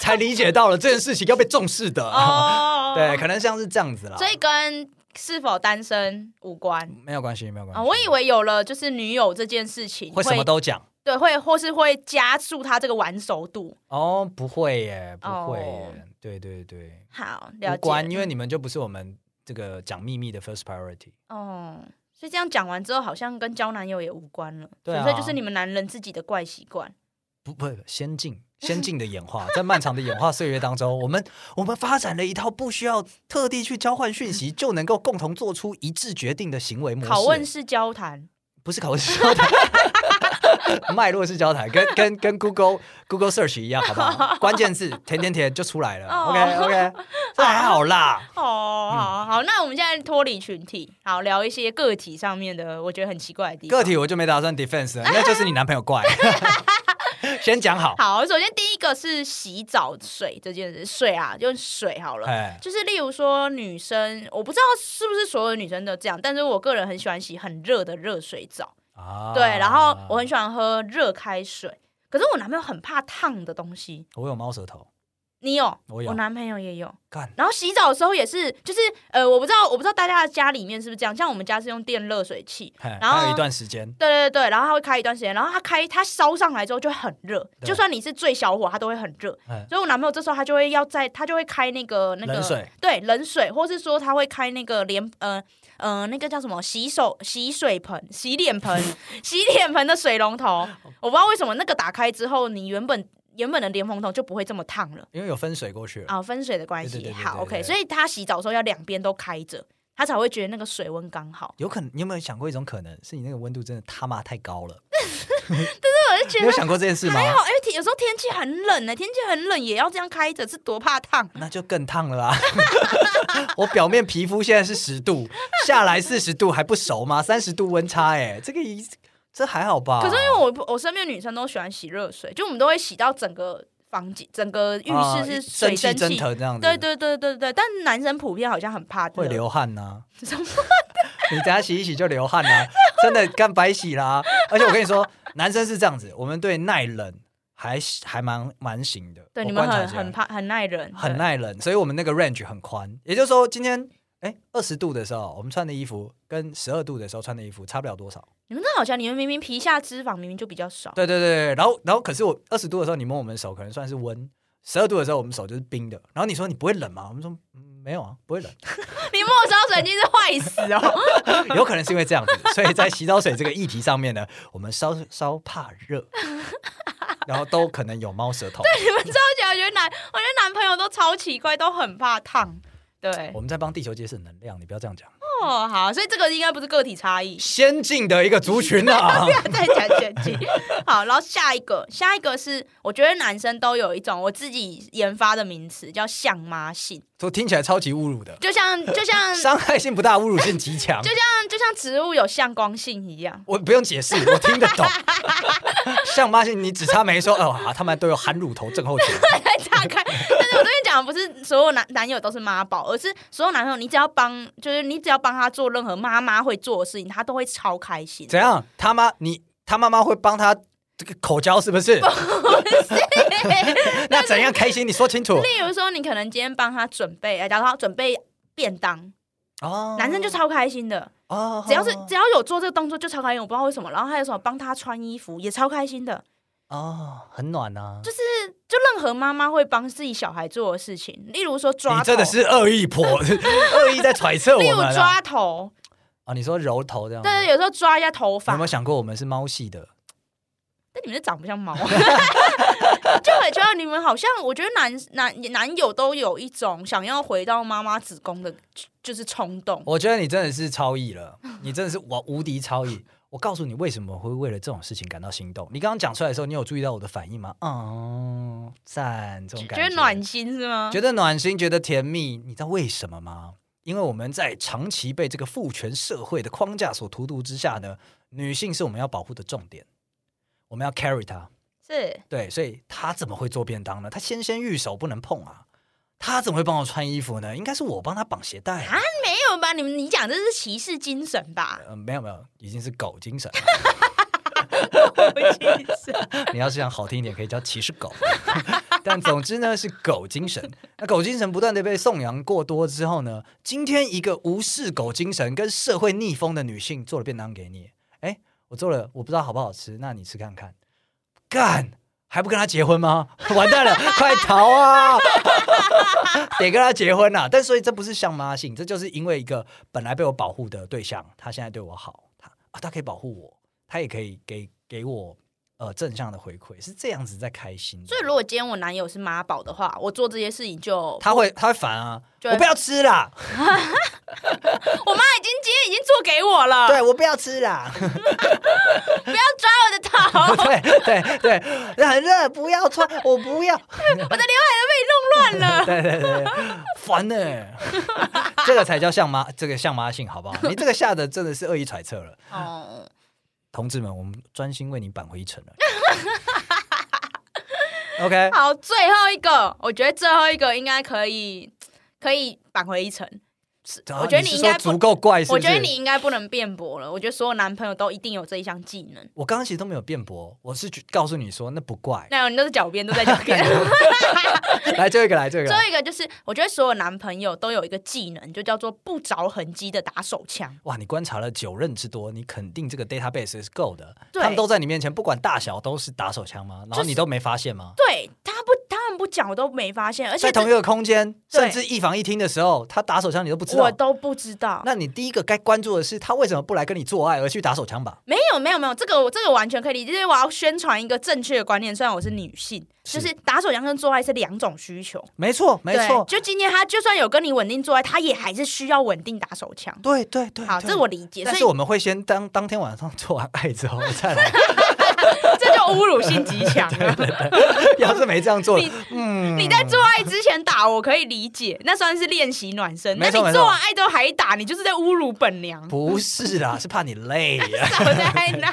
[SPEAKER 2] 才理解到了这件事情要被重视的。
[SPEAKER 1] 哦，
[SPEAKER 2] 对，，可能像是这样子啦。
[SPEAKER 1] 所以跟是否单身无关
[SPEAKER 2] 没有关系，没有关
[SPEAKER 1] 啊、
[SPEAKER 2] 系。
[SPEAKER 1] 我以为有了就是女友这件事情
[SPEAKER 2] 会什么都讲。
[SPEAKER 1] 对会或是会加速他这个完熟度。
[SPEAKER 2] 哦，不会耶，不会
[SPEAKER 1] 哦
[SPEAKER 2] 耶，对对对，
[SPEAKER 1] 好，了
[SPEAKER 2] 无
[SPEAKER 1] 解嗯了。
[SPEAKER 2] 关，因为你们就不是我们这个讲秘密的 first priority。
[SPEAKER 1] 哦，所以这样讲完之后，好像跟交男友也无关了，
[SPEAKER 2] 对
[SPEAKER 1] 所以
[SPEAKER 2] 啊
[SPEAKER 1] 就是你们男人自己的怪习惯。
[SPEAKER 2] 不不，先进先进的演化，在漫长的演化岁月当中，我们我们发展了一套不需要特地去交换讯息就能够共同做出一致决定的行为模式。
[SPEAKER 1] 拷问式交谈，
[SPEAKER 2] 不是拷问式交谈， 脉络式交谈，跟跟跟 Google Google Search 一样，好不好？关键字填填填就出来了。
[SPEAKER 1] 哦
[SPEAKER 2] OK OK，这还好啦。
[SPEAKER 1] 哦，
[SPEAKER 2] 嗯
[SPEAKER 1] 好好，那我们现在脱离群体，好聊一些个体上面的，我觉得很奇怪的地方。
[SPEAKER 2] 个体我就没打算 defense 了，那就是你男朋 友怪。 先讲好，
[SPEAKER 1] 好，首先第一个是洗澡水这件事，水啊，用水好了。
[SPEAKER 2] 哎，
[SPEAKER 1] 就是例如说女生，我不知道是不是所有女生都这样，但是我个人很喜欢洗很热的热水澡，
[SPEAKER 2] 啊
[SPEAKER 1] 对，然后我很喜欢喝热开水，可是我男朋友很怕烫的东西，
[SPEAKER 2] 我有猫舌头，
[SPEAKER 1] 你有，
[SPEAKER 2] 我有
[SPEAKER 1] 男朋友也有。
[SPEAKER 2] 干
[SPEAKER 1] 然后洗澡的时候也是，就是呃，我不知道，我不知道大家的家里面是不是这样，像我们家是用电热水器。
[SPEAKER 2] 嘿
[SPEAKER 1] 然后
[SPEAKER 2] 还有一段时间，
[SPEAKER 1] 对对对，然后它会开一段时间，然后它开它烧上来之后就很热，
[SPEAKER 2] 对
[SPEAKER 1] 就算你是最小火，它都会很热。
[SPEAKER 2] 嗯
[SPEAKER 1] 所以我男朋友这时候他就会要在，他就会开那个那个
[SPEAKER 2] 冷水
[SPEAKER 1] 对冷水，或是说他会开那个脸呃呃那个叫什么洗手洗水盆、洗脸盆、 洗脸盆的水龙 头，我不知道为什么那个打开之后，你原本原本的莲蓬头就不会这么烫了
[SPEAKER 2] 因为有分水过去了，
[SPEAKER 1] 啊，分水的关系。
[SPEAKER 2] 对对对对
[SPEAKER 1] 好
[SPEAKER 2] 对对
[SPEAKER 1] ，OK，所以他洗澡的时候要两边都开着，他才会觉得那个水温刚好。
[SPEAKER 2] 有可能你有没有想过一种可能，是你那个温度真的他妈太高 了？
[SPEAKER 1] 对，我就
[SPEAKER 2] 你
[SPEAKER 1] 觉
[SPEAKER 2] 有
[SPEAKER 1] 得
[SPEAKER 2] 想过这件事吗？
[SPEAKER 1] 还好，因为天有时候天气很冷欸呢、天气很冷也要这样开着，是多怕烫。
[SPEAKER 2] 那就更烫了啦！ 我表面皮肤现在是十度，下来四十度还不熟吗？三十度温差、哎，这个一这还好吧？
[SPEAKER 1] 可是因为我我身边女生都喜欢洗热水，就我们都会洗到整个房间、整个浴
[SPEAKER 2] 啊
[SPEAKER 1] 室是水
[SPEAKER 2] 蒸汽
[SPEAKER 1] 蒸
[SPEAKER 2] 蒸
[SPEAKER 1] 气。
[SPEAKER 2] 腾这样子，
[SPEAKER 1] 对对对对对，但男生普遍好像很怕
[SPEAKER 2] 会
[SPEAKER 1] 热。
[SPEAKER 2] 流汗呐、
[SPEAKER 1] 什么
[SPEAKER 2] 你等下洗一洗就流汗啦、真的干白洗啦！而且我跟你说，男生是这样子，我们对耐冷还还蛮蛮行的，
[SPEAKER 1] 对，
[SPEAKER 2] 我
[SPEAKER 1] 你们
[SPEAKER 2] 观察
[SPEAKER 1] 很
[SPEAKER 2] 起来
[SPEAKER 1] 很怕很耐人，
[SPEAKER 2] 很
[SPEAKER 1] 对。
[SPEAKER 2] 耐冷，所以我们那个 range 很宽。也就是说，今天哎二十度的时候，我们穿的衣服跟十二度的时候穿的衣服差不了多少。
[SPEAKER 1] 你们那好像你们明明皮下脂肪明明就比较少，
[SPEAKER 2] 对对对，然后然后可是我二十度的时候，你摸我们手可能算是温，十二度的时候我们手就是冰的。然后你说你不会冷吗？我们说、嗯没有啊，不会冷。
[SPEAKER 1] 你末梢神经是坏死哦。
[SPEAKER 2] 有可能是因为这样子，所以在洗澡水这个议题上面呢，我们稍稍怕热，然后都可能有猫舌头。
[SPEAKER 1] 你们知道起来，我觉得男我觉得男朋友都超奇怪，都很怕烫。对
[SPEAKER 2] 我，们在帮地球节省能量，你不要这样讲。
[SPEAKER 1] 哦，好，所以这个应该不是个体差异。
[SPEAKER 2] 先进的一个族群啊
[SPEAKER 1] 不，要再讲前妻。好，然后下一个，下一个是我觉得男生都有一种我自己研发的名词，叫相妈性，
[SPEAKER 2] 都听起来超级侮辱的，
[SPEAKER 1] 就像就像
[SPEAKER 2] 伤害性不大，侮辱性极强
[SPEAKER 1] 嗯就。像就像植物有向光性一样。
[SPEAKER 2] 我不用解释，我听得懂。 像妈性，你只差没说哦、啊，他们都有含乳头 症候群。
[SPEAKER 1] 再岔开，但是我这边讲的不是所有男男友都是妈宝，而是所有男朋友，你只要帮，就是你只要帮他做任何妈妈会做的事情，他都会超开心。
[SPEAKER 2] 怎样？他妈你他妈妈会帮他这个口交是不是？ 那怎样开心？你说清楚
[SPEAKER 1] 例如说，你可能今天帮他准备，哎，假如他准备便当，
[SPEAKER 2] 哦
[SPEAKER 1] 男生就超开心的。
[SPEAKER 2] 哦
[SPEAKER 1] 只要是只要有做这个动作就超开心，我不知道为什么。然后还有什么帮他穿衣服也超开心的，
[SPEAKER 2] 哦，很暖呐、
[SPEAKER 1] 就是就任何妈妈会帮自己小孩做的事情，例如说抓头，
[SPEAKER 2] 你真的是恶意 婆，恶意在揣测我
[SPEAKER 1] 例
[SPEAKER 2] 们
[SPEAKER 1] 如
[SPEAKER 2] 啊！
[SPEAKER 1] 抓头，
[SPEAKER 2] 哦你说揉头这样子，
[SPEAKER 1] 对，有时候抓一下头
[SPEAKER 2] 你
[SPEAKER 1] 发
[SPEAKER 2] 有没有，想过我们是猫系的？
[SPEAKER 1] 但你们这长不像猫， 就很觉得你们好像，我觉得男男男友都有一种想要回到妈妈子宫的，就是冲动。
[SPEAKER 2] 我觉得你真的是超意了，你真的是我无敌超意。我告诉你，为什么会为了这种事情感到心动？你刚刚讲出来的时候，你有注意到我的反应吗？嗯，赞，这种感
[SPEAKER 1] 觉得暖心是吗？
[SPEAKER 2] 觉得暖心，觉得甜蜜，你知道为什么吗？因为我们在长期被这个父权社会的框架所荼毒之下呢，女性是我们要保护的重点，我们要 carry 她。
[SPEAKER 1] 是
[SPEAKER 2] 对，所以她怎么会做便当呢？她纤纤玉手不能碰啊，她怎么会帮我穿衣服呢？应该是我帮她绑鞋带啊
[SPEAKER 1] 啊。没有吧？你们你讲这是骑士精神吧？
[SPEAKER 2] 呃，没有没有，已经是狗精神了。
[SPEAKER 1] 骑士
[SPEAKER 2] 你要是想好听一点，可以叫骑士狗。 但总之呢，是狗精神。那狗精神不断的被颂扬过多之后呢，今天一个无视狗精神跟社会逆风的女性做了便当给你，哎，我做了，我不知道好不好吃，那你吃看看。干，还不跟他结婚吗？ 完蛋了，快逃啊！ 得跟他结婚呐、啊但所以这不是像妈性，这就是因为一个本来被我保护的对象，他现在对我好，他啊，他可以保护我，他也可以给给我呃正向的回馈，是这样子在开心的。
[SPEAKER 1] 所以，如果今天我男友是妈宝的话，我做这些事情就我
[SPEAKER 2] 他会他会烦啊，
[SPEAKER 1] 就会
[SPEAKER 2] 我不要吃啦，
[SPEAKER 1] 妈已经今天已经做给我了，
[SPEAKER 2] 对我不要 吃啦，
[SPEAKER 1] 不要抓我的头，
[SPEAKER 2] 对对对，很热不要穿，我 不要，
[SPEAKER 1] 我的刘海都被你弄 乱了。
[SPEAKER 2] 对对对，烦呢、 这个才叫像妈，这个像妈性，好不好？你这个下的真的是恶意揣测了，
[SPEAKER 1] 哦，
[SPEAKER 2] 同志们，我们专心为你扳回一城了。OK，
[SPEAKER 1] 好，最后一个，我觉得最后一个应该可以可以扳回一城，
[SPEAKER 2] 啊
[SPEAKER 1] 我觉得你
[SPEAKER 2] 你是
[SPEAKER 1] 应
[SPEAKER 2] 说
[SPEAKER 1] 该不
[SPEAKER 2] 足够哎怪，是不
[SPEAKER 1] 我
[SPEAKER 2] 是
[SPEAKER 1] 觉得你应该不能辩驳了。我觉得所有男朋友都一定有这一项技能。
[SPEAKER 2] 我刚刚其实都没有辩驳，我是觉告诉你说那不怪。
[SPEAKER 1] 那你都是狡辩，都在狡 辩。
[SPEAKER 2] 来这个，来这 个，
[SPEAKER 1] 最后一个就是，我觉得所有男朋友都有一个技能，就叫做不着痕迹的打手枪。
[SPEAKER 2] 哇，你观察了九任之多，你肯定这个 database 是够的。
[SPEAKER 1] 对
[SPEAKER 2] 他们都在你面前，不管大小都是打手枪吗？然后
[SPEAKER 1] 就是
[SPEAKER 2] 你都没发现吗？
[SPEAKER 1] 对他不，他们不讲我都没发现，而且
[SPEAKER 2] 在同一个空间，
[SPEAKER 1] 对
[SPEAKER 2] 甚至一房一厅的时候，他打手枪你都不知道
[SPEAKER 1] 我。都不知道。
[SPEAKER 2] 那你第一个该关注的是他为什么不来跟你做爱而去打手枪吧？
[SPEAKER 1] 没有没有没有，这个我这个完全可以理解。就是我要宣传一个正确的观念，虽然我是女性，
[SPEAKER 2] 是
[SPEAKER 1] 就是打手枪跟做爱是两种需求。
[SPEAKER 2] 没错，没错，
[SPEAKER 1] 对就今天他就算有跟你稳定做爱，他也还是需要稳定打手枪。
[SPEAKER 2] 对对对。
[SPEAKER 1] 好，
[SPEAKER 2] 对
[SPEAKER 1] 这我理解，
[SPEAKER 2] 但
[SPEAKER 1] 所
[SPEAKER 2] 是我
[SPEAKER 1] 以
[SPEAKER 2] 们会先当当天晚上做完爱之后再来。
[SPEAKER 1] 这就侮辱性极强了。
[SPEAKER 2] 要是没这样做，
[SPEAKER 1] 你
[SPEAKER 2] 嗯，
[SPEAKER 1] 你在做爱之前打，我可以理解，那算是练习暖身。那
[SPEAKER 2] 没
[SPEAKER 1] 你
[SPEAKER 2] 错没错
[SPEAKER 1] 做完爱之后还打，你就是在侮辱本娘。
[SPEAKER 2] 不是啦，是怕你累。啊
[SPEAKER 1] 少在那，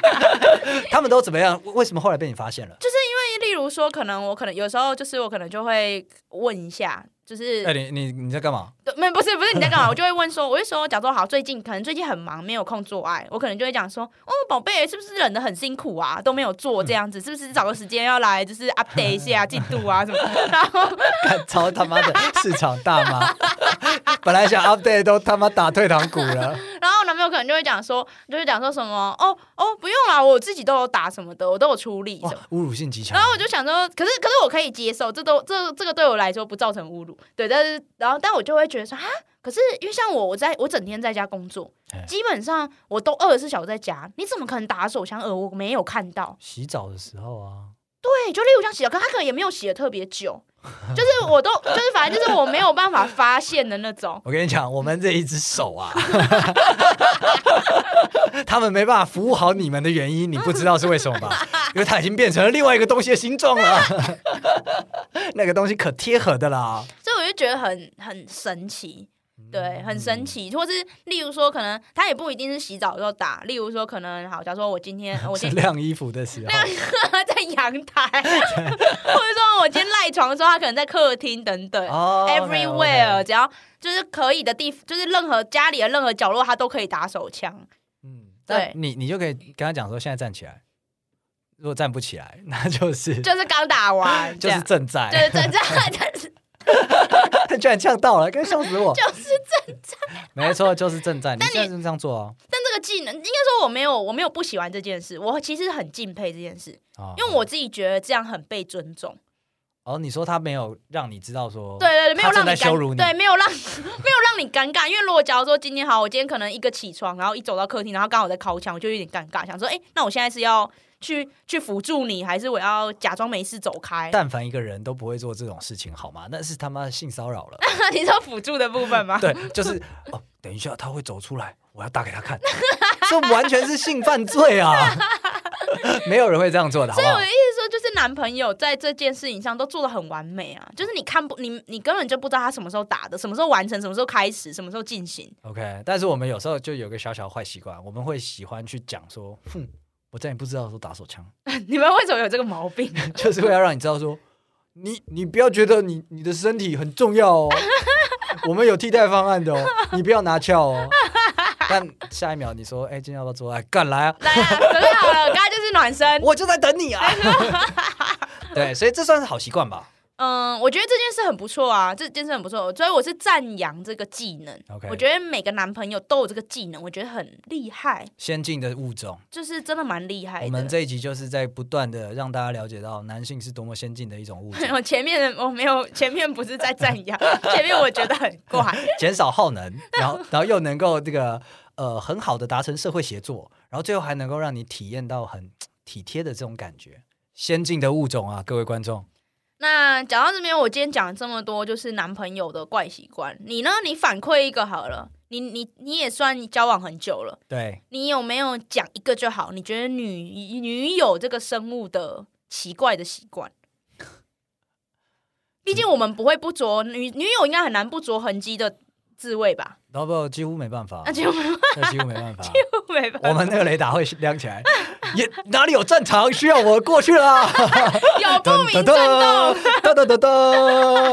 [SPEAKER 1] 因
[SPEAKER 2] 他们都怎么样？为什么后来被你发现了？
[SPEAKER 1] 为例如说，可能我可能有时候就是我可能就会问一下，就是
[SPEAKER 2] 哎、你你你在干嘛？
[SPEAKER 1] 对，没不是不是你在干嘛？我就会问说，我就说假说好，最近可能最近很忙，没有空做爱，我可能就会讲说，哦，宝贝，是不是忍得很辛苦啊，都没有做这样子，是不是找个时间要来就是 update 一下进度啊什么？然后
[SPEAKER 2] 干超他妈的市场大妈， 本来想 update 都他妈打退堂鼓了。
[SPEAKER 1] 然后我男朋友可能就会讲说，就会讲说什么，哦哦，不用啦，我自己都有打什么的，我都有处理
[SPEAKER 2] 哇
[SPEAKER 1] 什么。，
[SPEAKER 2] 侮辱性极强。
[SPEAKER 1] 然后我就想说，可是可是我可以接受，这都这这个对我来说不造成侮辱，对。但是然后但我就会觉得说啊，可是因为像我，我在我整天在家工作
[SPEAKER 2] 哎，
[SPEAKER 1] 基本上我都二十四小时在家，你怎么可能打手枪？呃，我没有看到。
[SPEAKER 2] 洗澡的时候啊，
[SPEAKER 1] 对，就例如像洗澡，可他可能也没有洗的特别久，就是我都就是反正就是我没有办法发现的那种。
[SPEAKER 2] 我跟你讲，我们这一只手啊， 他们没办法服务好你们的原因，你不知道是为什么吧？因为它已经变成了另外一个东西的形状了， 那个东西可贴合的啦。
[SPEAKER 1] 所以我就觉得很很神奇，对，很神奇。或是例如说，可能他也不一定是洗澡的时候打，例如说，可能好，假如说我今天我
[SPEAKER 2] 是
[SPEAKER 1] 今天。
[SPEAKER 2] 晾衣服的时候，
[SPEAKER 1] 在阳台，或者说我今天赖床的时候，他可能在客厅等等、
[SPEAKER 2] 哦
[SPEAKER 1] e v e r y w h e r
[SPEAKER 2] OK，OK
[SPEAKER 1] e 只要就是可以的地，就是任何家里的任何角落，他都可以打手枪。
[SPEAKER 2] 嗯，
[SPEAKER 1] 对
[SPEAKER 2] 但你你就可以跟他讲说，现在站起来。如果站不起来，那就是
[SPEAKER 1] 就是刚打完，这
[SPEAKER 2] 就是
[SPEAKER 1] 样，
[SPEAKER 2] 正
[SPEAKER 1] 就
[SPEAKER 2] 在，
[SPEAKER 1] 是真正，就是
[SPEAKER 2] 他 居然呛到了，该笑死我！
[SPEAKER 1] 就是。
[SPEAKER 2] 没错，就是正在，你
[SPEAKER 1] 但你
[SPEAKER 2] 现在就是这样做啊
[SPEAKER 1] 但这个技能，应该说我没有，我没有不喜欢这件事，我其实很敬佩这件事，
[SPEAKER 2] 啊！
[SPEAKER 1] 因为我自己觉得这样很被尊重。
[SPEAKER 2] 哦，你说他没有让你知道说，
[SPEAKER 1] 对对对，没有
[SPEAKER 2] 他
[SPEAKER 1] 让
[SPEAKER 2] 正
[SPEAKER 1] 你
[SPEAKER 2] 在
[SPEAKER 1] 尴
[SPEAKER 2] 羞辱你，
[SPEAKER 1] 对，没有让 没有让你尴尬，因为如果假如说今天好，我今天可能一个起床，然后一走到客厅，然后刚好在敲墙，我就有点尴尬，想说，哎、那我现在是要去去辅助你，还是我要假装没事走开？
[SPEAKER 2] 但凡一个人都不会做这种事情，好吗？那是他妈性骚扰了。
[SPEAKER 1] 你说辅助的部分吗？
[SPEAKER 2] 对，就是哦，等一下他会走出来，我要打给 他看，这完全是性犯罪啊！没有人会这样做的，好
[SPEAKER 1] 所以我
[SPEAKER 2] 不好
[SPEAKER 1] 的意？思说，就是男朋友在这件事情上都做的很完美啊，就是你看不你你根本就不知道他什么时候打的，什么时候完成，什么时候开始，什么时候进行。
[SPEAKER 2] OK，但是我们有时候就有个小小坏习惯，我们会喜欢去讲说，哼，我在你不知道的时候打手枪，
[SPEAKER 1] 你们为什么有这个毛 病？
[SPEAKER 2] 就是为了让你知道说，你你不要觉得你你的身体很重要哦，我们有替代方案的哦，你不要拿翘哦。但下一秒你说，哎、今天要不要做爱？干来啊！
[SPEAKER 1] 来啊，准备好了，刚才就是暖身。
[SPEAKER 2] 我就在等你啊！ 对，所以这算是好习惯吧。
[SPEAKER 1] 嗯，我觉得这件事很不错啊，这件事很不错，所以我是赞扬这个技能。
[SPEAKER 2] OK
[SPEAKER 1] 我觉得每个男朋友都有这个技能，我觉得很厉害，
[SPEAKER 2] 先进的物种，
[SPEAKER 1] 就是真的蛮厉害
[SPEAKER 2] 我
[SPEAKER 1] 的，
[SPEAKER 2] 们。这一集就是在不断的让大家了解到男性是多么先进的一种物种
[SPEAKER 1] 我前面我没有，前面不是在赞扬，前面我觉得很怪，
[SPEAKER 2] 减少耗能，然后然后又能够这个呃很好的达成社会协作，然后最后还能够让你体验到很体贴的这种感觉。先进的物种啊，各位观众，
[SPEAKER 1] 那讲到这边，我今天讲了这么多，就是男朋友的怪习惯。你呢？你反馈一个好了，你你你也算交往很久了，
[SPEAKER 2] 对
[SPEAKER 1] 你有没有讲一个就好？你觉得女女友这个生物的奇怪的习 惯？毕竟我们不会不着女女友，应该很难不着痕迹的自慰吧？啊
[SPEAKER 2] 老不几乎没办法
[SPEAKER 1] 那，就没
[SPEAKER 2] 这几乎没办法。
[SPEAKER 1] 没办法。
[SPEAKER 2] 我们那个雷达会亮起来，也哪里有战场需要我过去啊啦？
[SPEAKER 1] 有不明震
[SPEAKER 2] 噔噔
[SPEAKER 1] 动，
[SPEAKER 2] 噔噔噔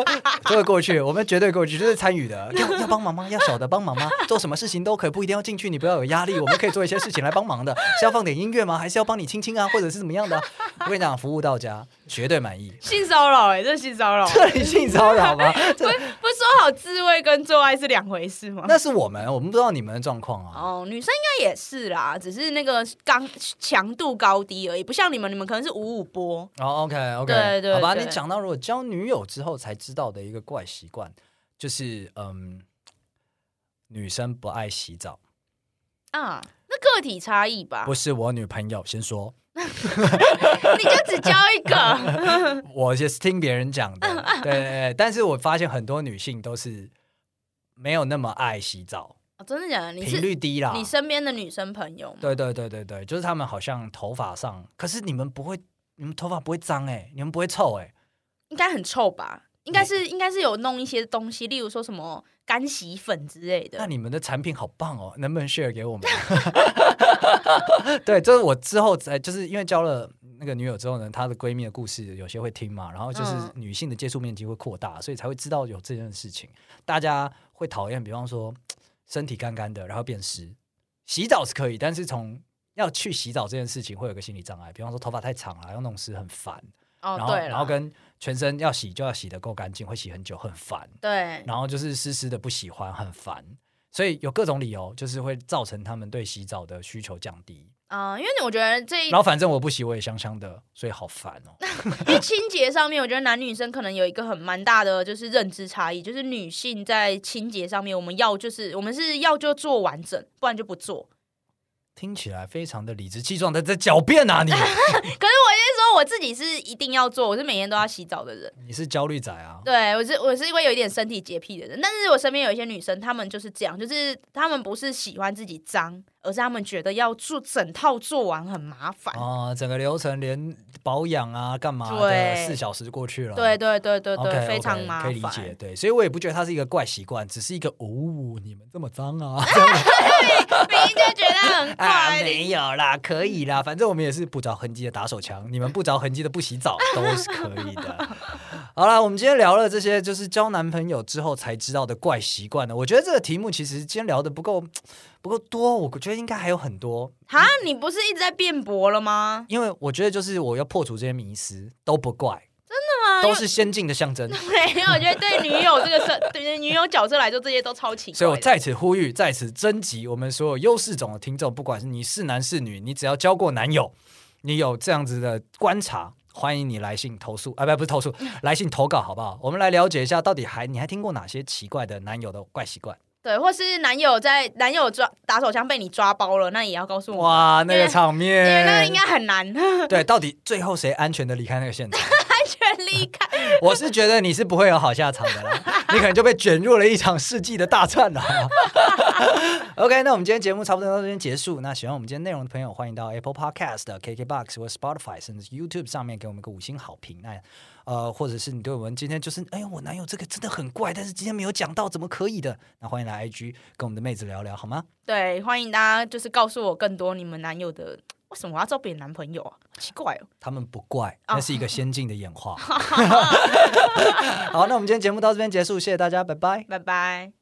[SPEAKER 2] 噔，这个过去，我们绝对过去，就是参与的，要要帮忙吗？要小的帮忙吗？做什么事情都可以，不一定要进去，你不要有压力，我们可以做一些事情来帮忙的，是要放点音乐吗？还是要帮你亲亲啊，或者是怎 么样的？我跟你讲，服务到家，绝对满意。
[SPEAKER 1] 性骚扰哎，这是性骚扰，
[SPEAKER 2] 这里性骚 扰吗？这
[SPEAKER 1] 不是说好自慰跟做爱是两回事吗？
[SPEAKER 2] 那是我们，我们不知道你们的状况啊。
[SPEAKER 1] 哦，女生应该也是啦，只是那个刚强度高低而已，不像你们，你们可能是五五波。
[SPEAKER 2] 哦，OK，OK、o k OK，
[SPEAKER 1] 对对
[SPEAKER 2] 好吧，
[SPEAKER 1] 对
[SPEAKER 2] 你讲到如果交女友之后才知道的一个怪习惯，就是嗯，女生不爱洗澡，
[SPEAKER 1] 啊，那个体差异吧
[SPEAKER 2] 不，是我女朋友。先说，
[SPEAKER 1] 你就只交一 个，
[SPEAKER 2] 我也是听别人讲
[SPEAKER 1] 嗯
[SPEAKER 2] 的，对对对。但是我发现很多女性都是没有那么爱洗澡，
[SPEAKER 1] 哦真的假的？你
[SPEAKER 2] 频
[SPEAKER 1] 是
[SPEAKER 2] 率低啦。
[SPEAKER 1] 你身边的女生朋友吗？
[SPEAKER 2] 对对对对对，就是她们好像头发上，可是你们不会，你们头发不会脏哎、你们不会臭哎、
[SPEAKER 1] 应该很臭吧？应该是应该是有弄一些东西，例如说什么干洗粉之类
[SPEAKER 2] 那
[SPEAKER 1] 的。
[SPEAKER 2] 你们的产品好棒哦，能不能 share 给我们？ 对，这是我之后才，就是因为交了那个女友之后呢，她的闺蜜的故事有些会听嘛，然后就是
[SPEAKER 1] 嗯
[SPEAKER 2] 女性的接触面积会扩大，所以才会知道有这件事情。大家会讨厌，比方说身体干干的，然后变湿。洗澡是可以，但是从要去洗澡这件事情会有个心理障碍，比方说头发太长了，要弄湿很烦，
[SPEAKER 1] 哦
[SPEAKER 2] 然，后
[SPEAKER 1] 对啦
[SPEAKER 2] 然后跟全身要洗就要洗得够干净，会洗很久，很烦。
[SPEAKER 1] 对
[SPEAKER 2] 然后就是湿湿的不喜欢，很烦，所以有各种理由，就是会造成他们对洗澡的需求降低。
[SPEAKER 1] 啊、因为我觉得这一
[SPEAKER 2] 然后反正我不洗，我也香香的，所以好烦哦。
[SPEAKER 1] 因为清洁上面，我觉得男女生可能有一个很蛮大的就是认知差异，就是女性在清洁上面，我们要就是我们是要就做完整，不然就不做。
[SPEAKER 2] 听起来非常的理直气壮的在狡 辩啊你，
[SPEAKER 1] 可是我那时候我自己是一定要做，我是每天都要洗澡的人。
[SPEAKER 2] 你是焦虑仔啊？
[SPEAKER 1] 对我是我是因为有一点身体洁癖的人，但是我身边有一些女生，她们就是这样，就是她们不是喜欢自己脏，而是她们觉得要做整套做完很麻烦。
[SPEAKER 2] 啊、整个流程连保养啊、干嘛的，
[SPEAKER 1] 对
[SPEAKER 2] 四小时过去了。
[SPEAKER 1] 对对对对对
[SPEAKER 2] OK，
[SPEAKER 1] 非常麻
[SPEAKER 2] 可
[SPEAKER 1] 烦。
[SPEAKER 2] 以理解。对，所以我也不觉得它是一个怪习惯，只是一个哦，你们这么脏啊，这样
[SPEAKER 1] 明明就觉得很 怪，
[SPEAKER 2] 啊，没有啦，可以啦，反正我们也是不着痕迹的打手枪，你们不着痕迹的不洗澡都是可以 的。好啦，我们今天聊了这些，就是交男朋友之后才知道的怪习惯呢。我觉得这个题目其实今天聊的不够不够多，我觉得应该还有很多，
[SPEAKER 1] 哈，你不是一直在辩驳了吗？
[SPEAKER 2] 因为我觉得就是我要破除这些迷思都不怪，真的吗？都是先进的象征。
[SPEAKER 1] 对，因为我觉得对女友这个设，对女友角色来说，这些都超奇怪的。
[SPEAKER 2] 所以我在此呼吁，在此征集我们所有优势种的听众，不管是你是男是女，你只要交过男友， 你有这样子的观察，欢迎你来信投诉，啊，不，不是 投诉，来信投稿好不好？我们来了解一下，到底还你还听过哪些奇怪的男友的怪 习惯？
[SPEAKER 1] 对，或是男友在男友抓打手枪被你抓包了，那也要告诉我，
[SPEAKER 2] 哇，那
[SPEAKER 1] 因
[SPEAKER 2] 个
[SPEAKER 1] 为
[SPEAKER 2] 场
[SPEAKER 1] 因为那个
[SPEAKER 2] 面
[SPEAKER 1] 应，该很难 安
[SPEAKER 2] 对，到底最后谁安全的离开那个现场？
[SPEAKER 1] 全离开。
[SPEAKER 2] 我是觉得你是不会有好下场的啦，你可能就被卷入了一场世纪的大战了。OK，那我们今天节目差不多到这边结束。那喜欢我们今天内容的朋友，欢迎到 Apple Podcast、KKBox 或 Spotify，甚至是 YouTube 上面给我们一个五星好评。那呃，或者是你对我们今天就是，哎呀，我男友这个真的很怪，但是今天没有讲到，怎么可以的？那欢迎来 IG 跟我们的妹子聊聊好吗？
[SPEAKER 1] 对，欢迎大家就是告诉我更多你们男友的，为什么我要找别人男朋友啊？奇怪哦。
[SPEAKER 2] 他们不怪，
[SPEAKER 1] 哦
[SPEAKER 2] 那是一个先进的演 化。好，那我们今天节目到这边结束，谢谢大家，拜拜。
[SPEAKER 1] 拜拜。